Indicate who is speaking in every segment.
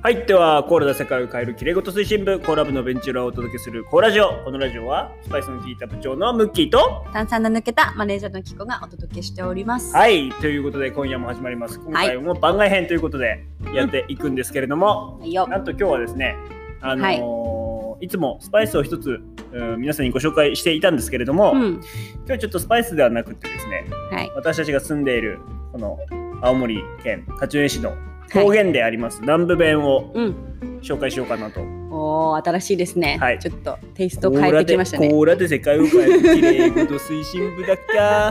Speaker 1: はい。では、コーラで世界を変えるきれいごと推進部、コーラ部のベンチュラをお届けするコーラジオ。このラジオは、スパイスの効いた部長のムッキーと、
Speaker 2: 炭酸の抜けたマネージャーのキコがお届けしております。
Speaker 1: はい。ということで、今夜も始まります。今回も番外編ということで、やっていくんですけれども、
Speaker 2: いいよ。
Speaker 1: なんと今日はですね、あのーい、つもスパイスを一つ、うん皆さんにご紹介していたんですけれども、
Speaker 2: うん。
Speaker 1: 今日ちょっとスパイスではなくてですね、
Speaker 2: はい。
Speaker 1: 私たちが住んでいる、この、青森県八戸市の方言であります、南部弁を
Speaker 2: うん。
Speaker 1: 紹介しようかなと
Speaker 2: おー、新しいですね。
Speaker 1: はい
Speaker 2: ちょっとテイストを変えてきましたね。
Speaker 1: コーラで世界を変えるきれいごと推進部だっき ゃ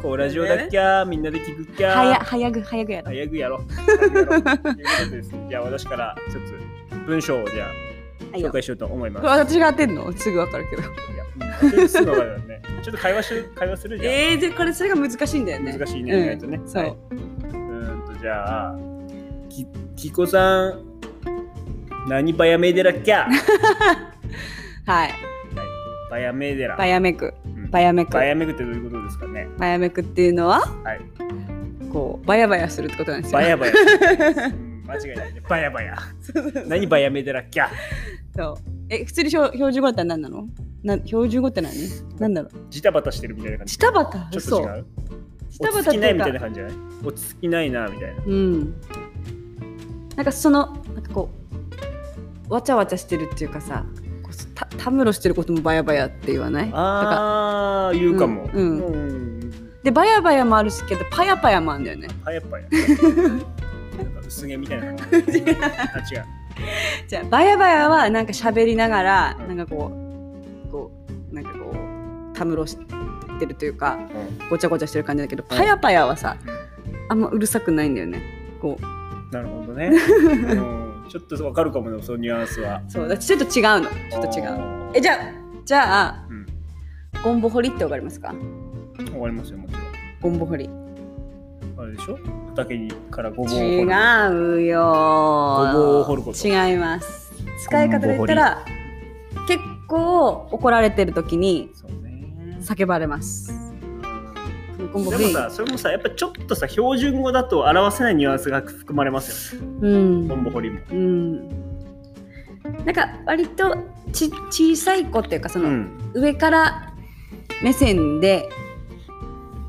Speaker 1: ー。コーラジオだっきゃー。みんなで聞くっきゃー。
Speaker 2: はや、はやぐ、はやぐやろ。
Speaker 1: 早くやろう。早くやろうということでですねじゃあ私から一つ文章をじゃあ
Speaker 2: はい
Speaker 1: 紹
Speaker 2: よ。
Speaker 1: 介しようと思います。
Speaker 2: 私が当てんのすぐわかるけど。
Speaker 1: いやうんちょっとすぐ分かるよね ちょっと会話し会話するじゃん。
Speaker 2: えー、で、これそれが難しいんだよね。
Speaker 1: 難しいね、
Speaker 2: うん
Speaker 1: 意外とね。
Speaker 2: そう
Speaker 1: はい、うーんとじゃあききこさん何ばやめでらっき ゃ。
Speaker 2: はい。
Speaker 1: ばやめでら。
Speaker 2: バヤメク。
Speaker 1: うん
Speaker 2: バヤメク。
Speaker 1: ばやめぐってどういうことですかね。
Speaker 2: バヤメクっていうのは、
Speaker 1: はい。
Speaker 2: こう、バヤバヤするってことなんですよ。
Speaker 1: バヤバヤ。うん間違いないね。バヤバヤ。何バヤめでらっきゃ。
Speaker 2: そう。え、普通に標標準語だったら何なのな標準語って何何だろう
Speaker 1: ジタバタしてるみたいな感じ。
Speaker 2: ジタバタ
Speaker 1: ちょっと
Speaker 2: う。
Speaker 1: 違う。
Speaker 2: ジタ
Speaker 1: 落
Speaker 2: バ
Speaker 1: ち着き
Speaker 2: タって
Speaker 1: ない
Speaker 2: いう
Speaker 1: みた
Speaker 2: か
Speaker 1: いな感じじゃない落ち着きないなみたいな。
Speaker 2: うん。なんかそのなんかこうわちゃわちゃしてるっていうかさ、こうたたむろしてることもバヤバヤって言わない？なんか
Speaker 1: ああ、言うかも。
Speaker 2: うん
Speaker 1: うん。
Speaker 2: でバヤバヤもあるしけどパヤパヤもあるんだよね。
Speaker 1: パヤパヤ。なんか薄毛みたいな感じ。あ、違う。
Speaker 2: じゃあバヤバヤはなんか喋りながら
Speaker 1: うん
Speaker 2: なんかこうこうなんかこうたむろしてるというか
Speaker 1: うん
Speaker 2: ごちゃごちゃしてる感じだけど、パヤパヤはさ
Speaker 1: う
Speaker 2: あんまうるさくないんだよね。こうん
Speaker 1: なるほどね。うんちょっとわかるかもね、そのニュアンスは。
Speaker 2: そうだからちょっと違うのちょっと違う。
Speaker 1: う。
Speaker 2: えじゃあじゃあ
Speaker 1: うん。
Speaker 2: ゴンボ掘りってわかりますか？
Speaker 1: わかりますよ、もちろ
Speaker 2: ゴンボ掘り。
Speaker 1: ん。あれでしょ畑にからごぼうを掘る。
Speaker 2: 違う
Speaker 1: ご
Speaker 2: よ
Speaker 1: ぼうを掘ること
Speaker 2: 違います使い方で言ったら結構怒られてる時に
Speaker 1: そうね。
Speaker 2: 叫ばれますゴンボ
Speaker 1: で
Speaker 2: フリ
Speaker 1: もさ、それもさ、やっぱちょっとさ、標準語だと表せないニュアンスが含まれますよね。
Speaker 2: うん
Speaker 1: ボンボ掘りも。
Speaker 2: うんなんか割とち小さい子っていうかその、
Speaker 1: ん。
Speaker 2: 上から目線で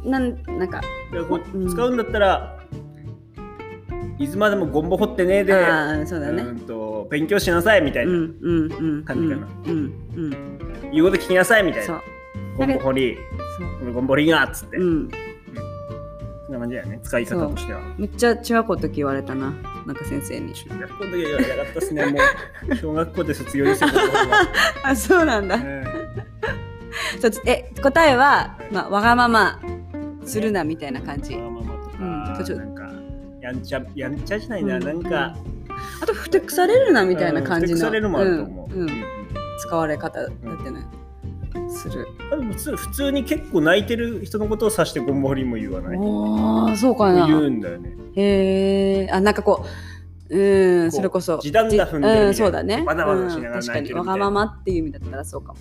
Speaker 2: なんなんか
Speaker 1: でこう
Speaker 2: うん
Speaker 1: 使うんだったら、いつまでもゴンボ掘ってね
Speaker 2: あ
Speaker 1: で、う
Speaker 2: ーそうだね
Speaker 1: ーんと勉強しなさいみた
Speaker 2: う
Speaker 1: い
Speaker 2: ん
Speaker 1: な、
Speaker 2: うんうん
Speaker 1: 感じかな
Speaker 2: うんうん
Speaker 1: 言うこと聞きなさいみたい
Speaker 2: そ
Speaker 1: な。
Speaker 2: う
Speaker 1: ゴンボ掘り、
Speaker 2: そう
Speaker 1: ゴンボ掘りがっつって、
Speaker 2: うん
Speaker 1: そんな感じだよね、使い方としては。
Speaker 2: めっちゃ中学校の時言われたななんか先生に
Speaker 1: 中学校の時はやらかったっすね、もう。小学校で卒業ですよ、ゴンボ掘り は
Speaker 2: あそうなんだ
Speaker 1: うん
Speaker 2: そうえ答えは、まあ、わがままするなみたいな感じ
Speaker 1: ママとか、
Speaker 2: うん途中
Speaker 1: なんか、やんちゃ、やんちゃじゃないな、
Speaker 2: うん
Speaker 1: なんか、
Speaker 2: あとふてくされるなみたいな感じ
Speaker 1: うん
Speaker 2: の
Speaker 1: ふてくされるもあると思う。
Speaker 2: んん使われ方だってね、する
Speaker 1: あでも普通普通に結構泣いてる人のことを指してゴンボリも言わない。
Speaker 2: おーそうかな
Speaker 1: 言うんだよね。
Speaker 2: へえあなんかこううーんそれこそ
Speaker 1: 時短だ踏んでるみたいな
Speaker 2: うんそうだね
Speaker 1: わざわざしながら泣いてるみたいな
Speaker 2: うん確かにわがままっていう意味だったらそうか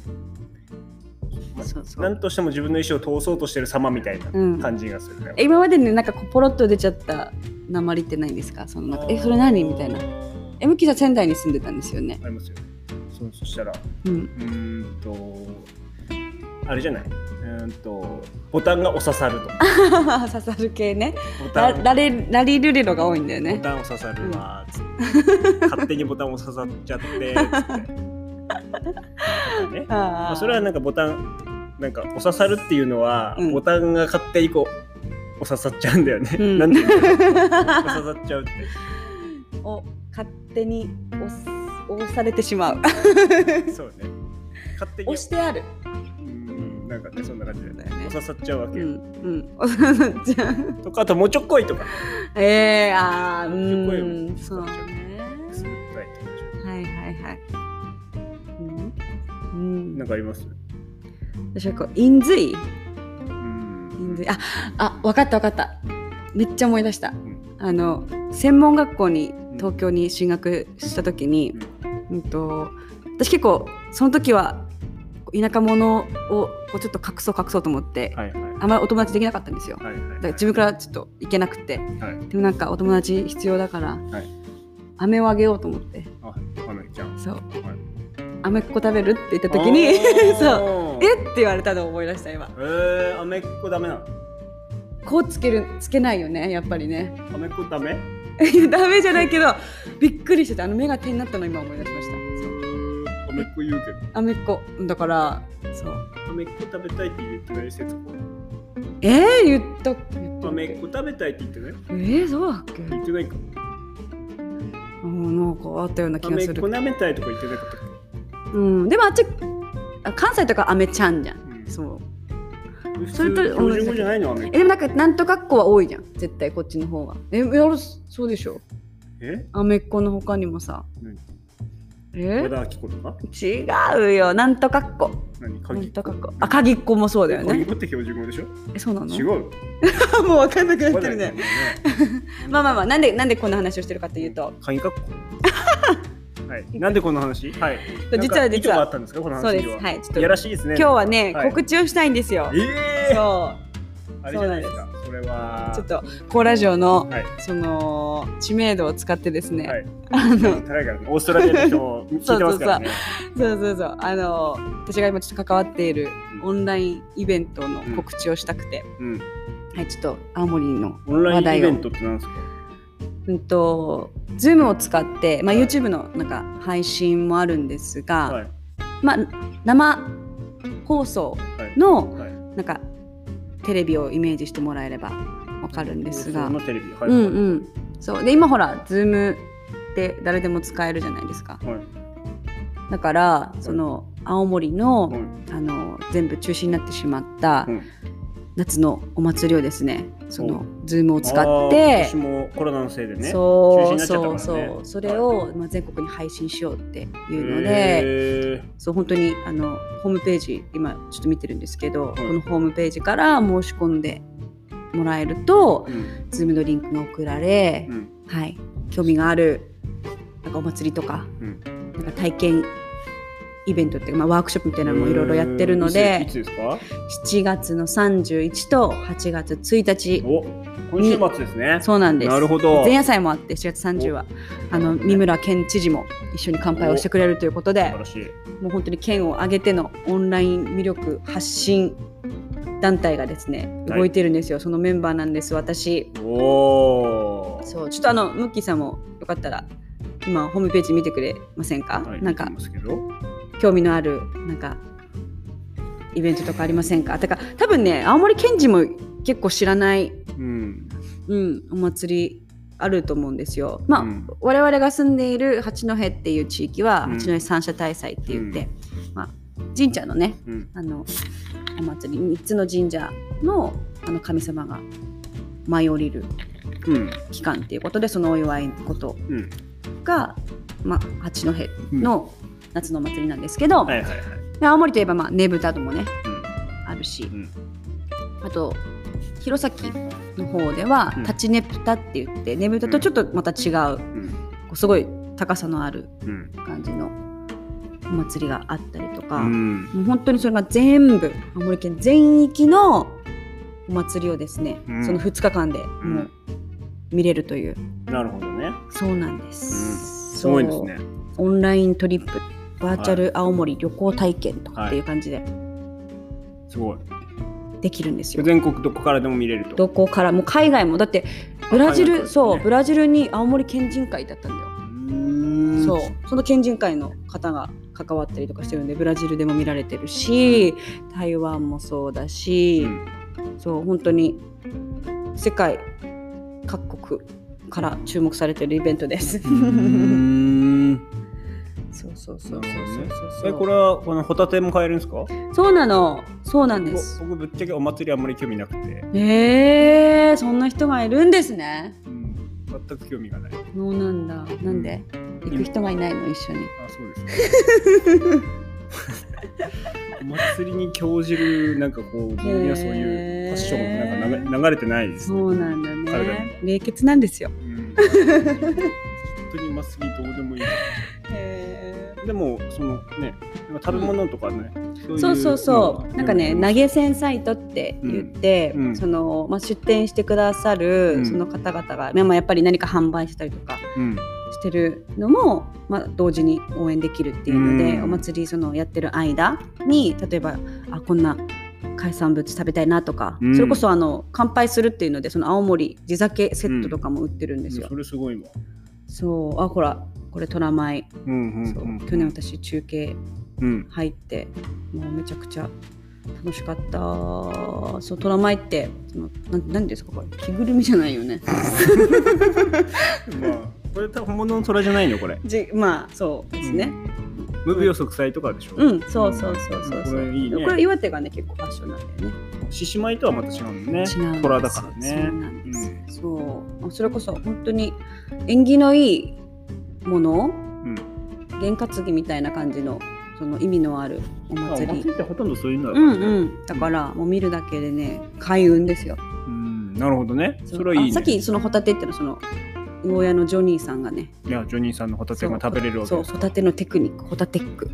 Speaker 2: もそうそ
Speaker 1: なん
Speaker 2: う
Speaker 1: としても自分の意思を通そうとしてる様みたいな
Speaker 2: うん
Speaker 1: 感じがするね。
Speaker 2: え今までになんかこうポロッと出ちゃった鉛ってないんですかそのなんかえそれ何みたいな
Speaker 1: あ
Speaker 2: えむきさん仙台に住んでたんですよね
Speaker 1: りますよ。そうそしたら、う
Speaker 2: うん
Speaker 1: ーんと、あれじゃない。うーんと、ボタンがお刺さると。
Speaker 2: 刺さる系ね
Speaker 1: ボタ
Speaker 2: ラ
Speaker 1: ン
Speaker 2: ラレラリルレロが多いんだよ
Speaker 1: ボ
Speaker 2: ね
Speaker 1: タンを刺さるわーっつ って、勝手にボタンを刺さっちゃってーっつって。ねま
Speaker 2: あ
Speaker 1: あ、
Speaker 2: ー
Speaker 1: それはなんかボタンなんかお刺さるっていうのは、
Speaker 2: うん
Speaker 1: ボタンが勝手にこうお刺さっちゃうんだよね、
Speaker 2: うん
Speaker 1: なんていうのお 刺さっちゃうって
Speaker 2: お勝手に押す押されてしまう
Speaker 1: そうね勝手に
Speaker 2: 押してある
Speaker 1: うんなんかねそんな感じだよね
Speaker 2: だよね
Speaker 1: お刺さっちゃうわ
Speaker 2: う
Speaker 1: けよ、
Speaker 2: ん うんじゃ
Speaker 1: とかあともうちょっこいとか
Speaker 2: あえー、あーう
Speaker 1: も
Speaker 2: ん
Speaker 1: うち
Speaker 2: そ
Speaker 1: ょ
Speaker 2: う
Speaker 1: っと
Speaker 2: ね
Speaker 1: 声くすぐったいとか
Speaker 2: はいはいはいうん、う、
Speaker 1: なんんかあります
Speaker 2: 私はこう「インズイ」
Speaker 1: うん
Speaker 2: インズイああ分かった分かっためっちゃ思い出した
Speaker 1: ん
Speaker 2: あの専門学校に東京に進学した時に、うんと私結構その時は田舎者をこうちょっと隠そう隠そうと思って、
Speaker 1: はいはい
Speaker 2: あんまりお友達できなかったんですよ。だか
Speaker 1: はいはい
Speaker 2: ら自分からちょっと行けなくて
Speaker 1: はい
Speaker 2: でもなんかお友達必要だから、
Speaker 1: はい
Speaker 2: 飴をあげようと思って
Speaker 1: あ、かなりちゃん。
Speaker 2: そう
Speaker 1: はい
Speaker 2: 飴っ子食べるって言った時に そ
Speaker 1: う
Speaker 2: うえって言われたのを思い出した今
Speaker 1: えー、アメッコダメなの
Speaker 2: こうつけるつけないよねやっぱりね
Speaker 1: アメッコダメ
Speaker 2: いや ダメじゃないけどびっくりしててあの目が手になったの今思い出しまし
Speaker 1: アメッコ言うけど。
Speaker 2: た飴っ子だからそう
Speaker 1: アメッコ食べたいって言ってない説
Speaker 2: えー、言った言った
Speaker 1: ア
Speaker 2: っ
Speaker 1: メ
Speaker 2: け
Speaker 1: ッコ食べたいって言ってない
Speaker 2: えー、そうだっけ
Speaker 1: 言ってないか。
Speaker 2: うんなんかあったような
Speaker 1: ア
Speaker 2: 気が
Speaker 1: メ
Speaker 2: す
Speaker 1: ッコ
Speaker 2: る、
Speaker 1: 舐めたいとか言ってなかったか。
Speaker 2: うん、でもあっちあ関西とかアメちゃんじゃん
Speaker 1: うん
Speaker 2: そう
Speaker 1: 普
Speaker 2: それと
Speaker 1: 通標準語じゃないのアメッコ。
Speaker 2: えでもなんかなんとかっこは多いじゃん絶対こっちの方がえやるそうでしょ
Speaker 1: え
Speaker 2: アメっ子の他にもさ、
Speaker 1: うん
Speaker 2: え
Speaker 1: 和田アキ子とか
Speaker 2: 違うよなんとかっこ
Speaker 1: 何
Speaker 2: な
Speaker 1: 鍵
Speaker 2: ん
Speaker 1: っ子
Speaker 2: とかっこあ鍵っ子もそうだよ
Speaker 1: 鍵っ
Speaker 2: ね
Speaker 1: 子って標準語でしょ
Speaker 2: えそうなの
Speaker 1: 違うよ。
Speaker 2: もう分かんなくなってる
Speaker 1: 和田ア
Speaker 2: ね
Speaker 1: キ子
Speaker 2: まあまあまあなんでなんでこんな話をしてるかというと
Speaker 1: 鍵かっこ。 はい。なんでこの話はい。なん
Speaker 2: 実
Speaker 1: か
Speaker 2: は
Speaker 1: 意図
Speaker 2: 実
Speaker 1: があ
Speaker 2: は
Speaker 1: ったんですかこの話
Speaker 2: そうで
Speaker 1: に
Speaker 2: す
Speaker 1: は
Speaker 2: はいちょっと
Speaker 1: いやらしいですね。
Speaker 2: 今日はね、
Speaker 1: はい
Speaker 2: 告知をしたいんですよ、
Speaker 1: ええ。
Speaker 2: そう
Speaker 1: あれじゃないですか。それは。
Speaker 2: ちょっとコーラジオの、
Speaker 1: はい
Speaker 2: その知名度を使ってですね、
Speaker 1: はい
Speaker 2: あのそう
Speaker 1: 高いからね。オーストラリアの人も聞いてますからね。
Speaker 2: そうそうあの私が今ちょっと関わっている
Speaker 1: う
Speaker 2: オンラインイベントの告知をしたくて、
Speaker 1: うん。
Speaker 2: はいちょっと青森の
Speaker 1: オンラ
Speaker 2: 話
Speaker 1: インイ
Speaker 2: 題
Speaker 1: ベ
Speaker 2: を
Speaker 1: ントってなんですか。
Speaker 2: うんと Zoom を使って、まあ、
Speaker 1: はい
Speaker 2: YouTube のなんか配信もあるんですが、
Speaker 1: はい。
Speaker 2: まあ生放送の
Speaker 1: はい。
Speaker 2: なんかテレビをイメージしてもらえればわかるんですが
Speaker 1: そのテレビ。はい。
Speaker 2: うんうんそうで今ほら Zoom って誰でも使えるじゃないですか
Speaker 1: はい。
Speaker 2: だからその青森の,、
Speaker 1: はい
Speaker 2: あの全部中止になってしまった
Speaker 1: うん
Speaker 2: 夏のお祭りをですねその Zoom を使
Speaker 1: あー今
Speaker 2: って
Speaker 1: 年もコロナのせいでね。中止に
Speaker 2: そう
Speaker 1: なっちゃったから
Speaker 2: そ
Speaker 1: ね
Speaker 2: うそうそれを、まあ、全国に配信しようっていうので
Speaker 1: へー
Speaker 2: そう本当にあのホームページ今ちょっと見てるんですけど、
Speaker 1: い
Speaker 2: このホームページから申し込んでもらえると
Speaker 1: うん
Speaker 2: Zoom のリンクが送られ
Speaker 1: う、ん
Speaker 2: はい、興味があるなんかお祭りとか
Speaker 1: うん。
Speaker 2: なんか体験イベントっていうか、まあ、ワークショップみたいなのもいろいろやってるの
Speaker 1: うんい
Speaker 2: で
Speaker 1: ついつですか。
Speaker 2: 7月の31と8月1日
Speaker 1: お、今週末ですね。
Speaker 2: そうなんです
Speaker 1: なるほど。
Speaker 2: 前
Speaker 1: 素
Speaker 2: 夜祭もあって7月30は
Speaker 1: お
Speaker 2: あの三村県知事も一緒に乾杯をしてくれるということで
Speaker 1: 晴らしい。
Speaker 2: もう本当に県を挙げてのオンライン魅力発信団体がですね
Speaker 1: はい
Speaker 2: 動いてるんですよ、そのメンバーなんです私
Speaker 1: おお。
Speaker 2: そうちょっとあのムッキーさんもよかったら今ホームページ見てくれませんか、
Speaker 1: はい
Speaker 2: なんか
Speaker 1: 見てますけど
Speaker 2: 興味のあるなんかイベントとかありませんかてか多分ね青森県人も結構知らない、
Speaker 1: うん。
Speaker 2: うん、お祭りあると思うんですよ。まあ、
Speaker 1: うん
Speaker 2: 我々が住んでいる八戸っていう地域は、
Speaker 1: うん
Speaker 2: 八戸三社大祭って言って、まあ、神社のね
Speaker 1: うん。
Speaker 2: あのお祭り3つの神社のあの神様が舞い降りる
Speaker 1: うん。
Speaker 2: 期間っていうことでそのお祝いこと
Speaker 1: うん。
Speaker 2: が、まあ、八戸の夏のお祭りなんですけど、
Speaker 1: はいはいはい。
Speaker 2: で青森といえば、まあ、ねぶたともね
Speaker 1: うん。
Speaker 2: あるし、
Speaker 1: ん
Speaker 2: あと弘前の方では
Speaker 1: うん
Speaker 2: 立ちねぶたって言ってねぶたとちょっとまた違うこ
Speaker 1: うん。
Speaker 2: うすごい高さのある
Speaker 1: うん。
Speaker 2: 感じのお祭りがあったりとか、
Speaker 1: うん。
Speaker 2: もう本当にそれが全部青森県全域のお祭りをですね、
Speaker 1: うん
Speaker 2: その2日間でもう見れるという、
Speaker 1: なるほどね。
Speaker 2: そうなんです、
Speaker 1: すごいですね。
Speaker 2: そうオンライントリップバーチャル青森旅行体験とかっていう感じです
Speaker 1: ごい。
Speaker 2: できるんですよ、
Speaker 1: 全国どこからでも見れると。
Speaker 2: どこからもう海外もだってブラジル、
Speaker 1: 海外からですね
Speaker 2: そうブラジルに青森県人会だったんだよ、
Speaker 1: うーん
Speaker 2: そうその県人会の方が関わったりとかしてるんでブラジルでも見られてるし台湾もそうだし、
Speaker 1: うん
Speaker 2: そう本当に世界各国から注目されてるイベントです。
Speaker 1: うーん。
Speaker 2: そうそうそうそう
Speaker 1: なるほどね
Speaker 2: そうそう
Speaker 1: え、これはこのホタテも買えるんですか？
Speaker 2: そうなのそうなんです。
Speaker 1: 僕僕ぶっちゃけお祭りあんまり興味なくて、
Speaker 2: えー、そんな人がいるんですね。
Speaker 1: うん、全く興味がない。
Speaker 2: そうなんだ。なんで、行く人がいないの一緒に。
Speaker 1: あ、そうです、 ね。お祭りに興じるなんかこう僕にはそういうファッションがなんか流れ流れてないです、ね。
Speaker 2: そうなんだね
Speaker 1: 海外。
Speaker 2: 冷血なんですよ。
Speaker 1: うん。本当に祭りどうでもいい。
Speaker 2: へ
Speaker 1: でもそのね、なんか食べ物とかね、い
Speaker 2: そうそうそう、なんかね投げ銭サイトって言って、
Speaker 1: うんうん
Speaker 2: そのまあ、出店してくださる、
Speaker 1: うん
Speaker 2: その方々が、まあ、やっぱり何か販売したりとか
Speaker 1: うん、
Speaker 2: してるのも、まあ、同時に応援できるっていうので、
Speaker 1: うん
Speaker 2: お祭りそのやってる間に例えばあこんな海産物食べたいなとか、
Speaker 1: うん
Speaker 2: それこそあの乾杯するっていうのでその青森地酒セットとかも売ってるんですよ。
Speaker 1: それすごいわ。
Speaker 2: そうあほらこれトラマイ、
Speaker 1: うんうん
Speaker 2: そう
Speaker 1: うん、
Speaker 2: 去年私中継
Speaker 1: うん、
Speaker 2: 入ってもうめちゃくちゃ楽しかったそうトラマイってそのな何ですかこれ着ぐるみじゃないよね
Speaker 1: まあこれ多分本物の虎じゃないのこれ。
Speaker 2: じまあそうですね、
Speaker 1: 無病息災とかでしょ。
Speaker 2: うん、そうそうそうそうそ
Speaker 1: こ
Speaker 2: う、
Speaker 1: れいいね
Speaker 2: これ岩手がね結構発祥なんだよね
Speaker 1: 獅子舞とはまた違うもんね。
Speaker 2: 違うんです
Speaker 1: 虎だから
Speaker 2: そ
Speaker 1: ね
Speaker 2: う。なんです、そうそれこそ本当に縁起のいいもの
Speaker 1: うん。
Speaker 2: 験担ぎみたいな感じのその意味のあるお
Speaker 1: まあ
Speaker 2: 祭
Speaker 1: お祭
Speaker 2: り
Speaker 1: りってほとんどそういうのだ
Speaker 2: う
Speaker 1: から
Speaker 2: ん
Speaker 1: ね
Speaker 2: うん、だからもう見るだけでね開運ですよ
Speaker 1: うん、なるほどね。
Speaker 2: そう
Speaker 1: それはいい、ね。
Speaker 2: あさっきそのホタテっていうのはその魚屋のジョニーさんがね
Speaker 1: いや、ジョニーさんのホタテが食べれるわけ
Speaker 2: そう
Speaker 1: です
Speaker 2: ホタテのテクニックホタテック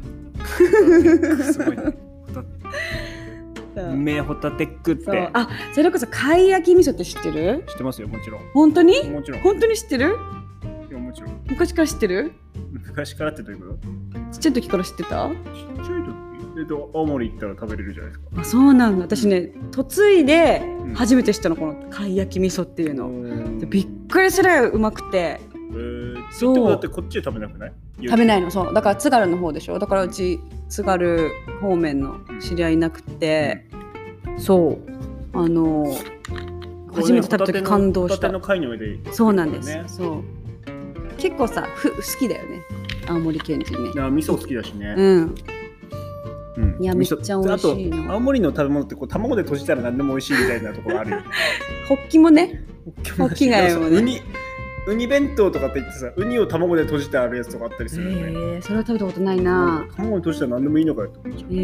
Speaker 1: すごいね。ホタ
Speaker 2: そう
Speaker 1: うめえホタテ食っ
Speaker 2: そう
Speaker 1: て。
Speaker 2: あそれこそ貝焼き味噌って知ってる
Speaker 1: 知ってますよ、もちろん。
Speaker 2: 本当に
Speaker 1: もちろん。い
Speaker 2: 本当に知ってる
Speaker 1: や、もちろん。
Speaker 2: 昔から知ってる
Speaker 1: 昔からってどういうこ
Speaker 2: ちっちゃい時から知ってた
Speaker 1: とちっちゃい時。えっと、青森行ったら食べれるじゃないですか。
Speaker 2: あそうなんだ私ね嫁いで
Speaker 1: ん
Speaker 2: 初めて知ったのこの貝焼き味噌っていうの、でびっ
Speaker 1: り。
Speaker 2: くりするぐらいうまくて
Speaker 1: えー、
Speaker 2: そう
Speaker 1: そう。だってこっちで食べなくない
Speaker 2: 食べ
Speaker 1: い。
Speaker 2: ないのそうだから津軽の方でしょだからうち津軽方面の知り合いいなくて、そうあの初めて食べた時感動し
Speaker 1: ホタテ
Speaker 2: た
Speaker 1: の貝の上で、
Speaker 2: そうなんです、
Speaker 1: ね
Speaker 2: そう結構さふ好きだよね青森県人ね
Speaker 1: いや味噌好きだしね。
Speaker 2: うん
Speaker 1: うん
Speaker 2: いや
Speaker 1: 味噌
Speaker 2: めっちゃ美味しいな
Speaker 1: あと青森の食べ物ってこう卵で閉じたら何でも美味しいみたいなところあるよね。
Speaker 2: ホッキもね
Speaker 1: 大
Speaker 2: 大きいがよね
Speaker 1: ウニウニ弁当とかって言ってさウニを卵で閉じてあるやつとかあったり
Speaker 2: え
Speaker 1: するよね、
Speaker 2: ー、それは食べたことないな
Speaker 1: 卵で閉じたら何でもいいのかよって思っちゃう
Speaker 2: え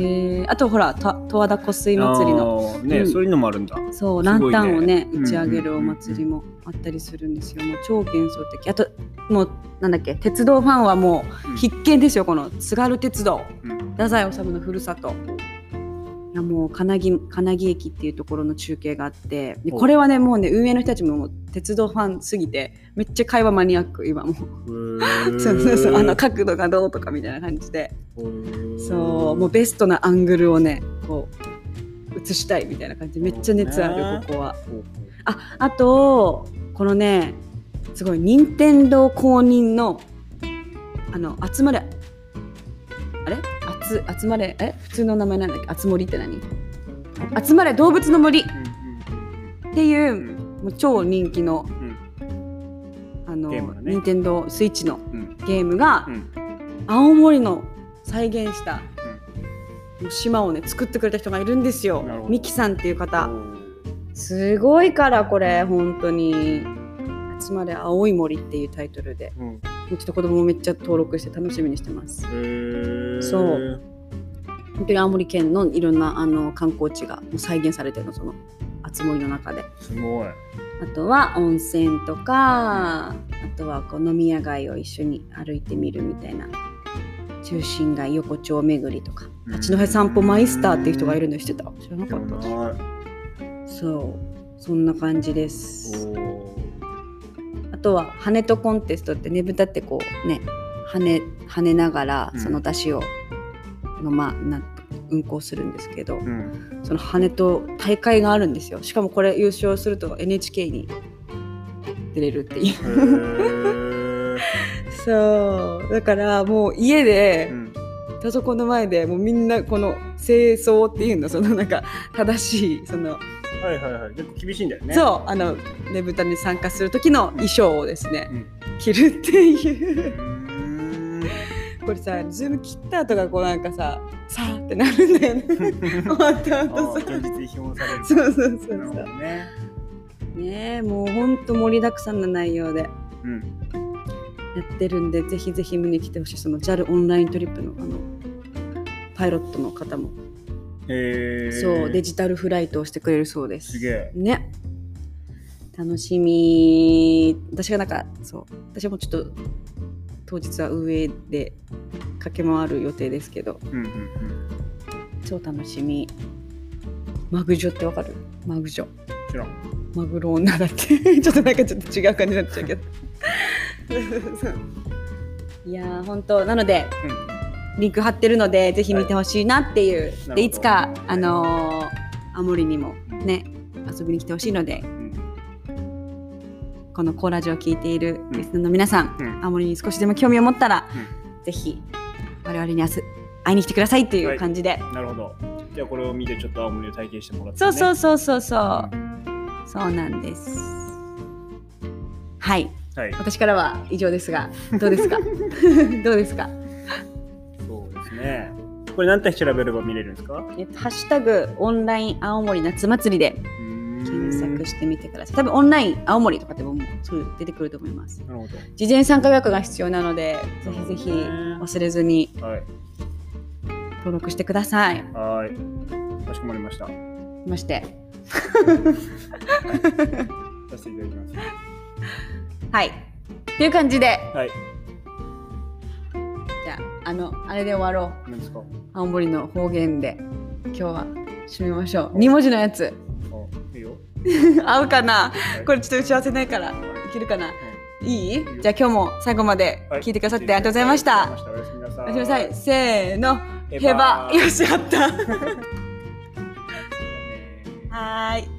Speaker 2: ー、あとほらた十和田湖水祭りの
Speaker 1: あーね、
Speaker 2: うん
Speaker 1: そういうのもあるんだ
Speaker 2: そう、
Speaker 1: す
Speaker 2: ラ
Speaker 1: ご
Speaker 2: ン
Speaker 1: いね
Speaker 2: タンをね
Speaker 1: うん
Speaker 2: 打ち上げるお祭りもあったりするんですよ、もう超幻想的あともうなんだっけ鉄道ファンはも
Speaker 1: うん
Speaker 2: う必見ですよ、この津軽鉄道
Speaker 1: うん
Speaker 2: 太宰治のふるさといやもう金木金木駅っていうところの中継があってで
Speaker 1: ほう
Speaker 2: これはねもうね運営の人たちももう鉄道ファンすぎてめっちゃ会話マニアック今もう そうそうそうあの角度がどうとかみたいな感じでそうもうベストなアングルをねこう映したいみたいな感じめっちゃ熱あ
Speaker 1: そうね
Speaker 2: るここは。
Speaker 1: ほう
Speaker 2: ああとこのねすごい任天堂公認のあの集まれあれあつ集まれえ普通の名前なんだっけ集まりって何集まれ動物の森っ
Speaker 1: う
Speaker 2: てい
Speaker 1: んうん
Speaker 2: う
Speaker 1: うん
Speaker 2: もう超人気の
Speaker 1: うん
Speaker 2: あの、
Speaker 1: ゲームだね
Speaker 2: 任天堂スイッチの
Speaker 1: うん
Speaker 2: ゲームが、
Speaker 1: うん
Speaker 2: 青森の再現した、もう島をね作ってくれた人がいるんですよ
Speaker 1: なるほど
Speaker 2: ミキさんっていう方
Speaker 1: うん
Speaker 2: すごいからこれ本当に「集まれ青い森」っていうタイトルで
Speaker 1: うん
Speaker 2: うちの子供もめっちゃ登録して楽しみにしてます
Speaker 1: へー
Speaker 2: そう本当に青森県のいろんなあの観光地がもう再現されてるのその熱森の中です
Speaker 1: ごい
Speaker 2: あとは温泉とかあとはこう飲み屋街を一緒に歩いてみるみたいな中心街横丁巡りとか
Speaker 1: うん
Speaker 2: 八戸散歩マイスターっていう人がいるの知ってた知らな
Speaker 1: 知
Speaker 2: からった
Speaker 1: ない
Speaker 2: そうそんな感じです
Speaker 1: おー
Speaker 2: あとは羽とコンテストってねぶたってこうね跳ね跳ねながら
Speaker 1: うん
Speaker 2: その出汁を、のまあな運行するんですけど、
Speaker 1: うん
Speaker 2: その羽と大会があるんですよしかもこれ優勝すると NHK に出れるっていう
Speaker 1: へー
Speaker 2: そうだからもう家で、
Speaker 1: うん
Speaker 2: パソコンの前でもうみんなこの清掃っていうのそのなんか正しいその、
Speaker 1: はいはいはい結構厳しいんだよね
Speaker 2: そうあのねぶたに参加する時の衣装をですね、
Speaker 1: うん
Speaker 2: 着るっていう
Speaker 1: うーん
Speaker 2: これさズーム切った後がこうなんかささあってなるんだよね 終わった
Speaker 1: あー
Speaker 2: 後
Speaker 1: 現
Speaker 2: さ
Speaker 1: 実に表される。
Speaker 2: そうそうそ
Speaker 1: なる
Speaker 2: う
Speaker 1: ほ
Speaker 2: そ
Speaker 1: ど
Speaker 2: う
Speaker 1: ね。
Speaker 2: ねえもうほんと盛りだくさんな内容でや
Speaker 1: うん。
Speaker 2: ってるんでぜひぜひ見に来てほしいその JAL オンライントリップのあのパイロットの方も、
Speaker 1: えー、
Speaker 2: そうデジタルフライトをしてくれるそうです
Speaker 1: すげえ。
Speaker 2: ね楽しみ私がなんかそう私もちょっと当日は上で駆け回る予定ですけど
Speaker 1: うんうんうん。
Speaker 2: 超楽しみマグジョってわかるマグジョ
Speaker 1: 知らん。
Speaker 2: マグロ女だってちょっとなんかちょっと違う感じになっちゃうけどそうそうそういやー本当なのでリンク貼ってるのでぜひ見てほしいなっていう、
Speaker 1: ほど
Speaker 2: でいつかあのー、青森にもね遊びに来てほしいので
Speaker 1: うん
Speaker 2: このコーラジオを聞いている
Speaker 1: うん
Speaker 2: リスナーの皆さん、
Speaker 1: うん
Speaker 2: 青森に少しでも興味を持ったら、ぜひ我々に明日会いに来てくださいってい
Speaker 1: はいう
Speaker 2: 感じで、
Speaker 1: なるほどじゃあこれを見てちょっと青森を体験してもらって、
Speaker 2: そう
Speaker 1: ね、
Speaker 2: そううそうそうそうそうなんですはい
Speaker 1: はい
Speaker 2: 私からは以上です がどうですかどうですか
Speaker 1: そうですねこれ何て調べれば見れるんですか
Speaker 2: えっと、ハッシュタグオンライン青森夏祭りで検索してみてください。多分オンライン青森とかでももうすぐ出てくると思います。
Speaker 1: なるほ
Speaker 2: 事前参加予約が必要なので、ぜひぜひ
Speaker 1: なるほどね
Speaker 2: 忘れずに
Speaker 1: どはい
Speaker 2: 登録してください。
Speaker 1: はーいかしこまりました
Speaker 2: まして、
Speaker 1: させていただきます
Speaker 2: はい。っていう感じで、
Speaker 1: はい
Speaker 2: じゃあ、あの、あれで終わろう。
Speaker 1: 何ですか
Speaker 2: 青森の方言で、今日は締めましょう。2文字のやつ。
Speaker 1: あいいよ
Speaker 2: 合うか
Speaker 1: は
Speaker 2: な
Speaker 1: い
Speaker 2: これちょっと打ち合わせないから、いけるかな
Speaker 1: はい
Speaker 2: いいじゃあ今日も最後まで
Speaker 1: はい
Speaker 2: 聞いてくださってありがとうございました。
Speaker 1: ありがとうござい
Speaker 2: おや
Speaker 1: ま
Speaker 2: すみな
Speaker 1: した
Speaker 2: さ
Speaker 1: おや
Speaker 2: い。せーの。
Speaker 1: ヘ
Speaker 2: ヘ
Speaker 1: バ
Speaker 2: バ。
Speaker 1: ー
Speaker 2: よし、やった。
Speaker 1: すみなさい
Speaker 2: はーい。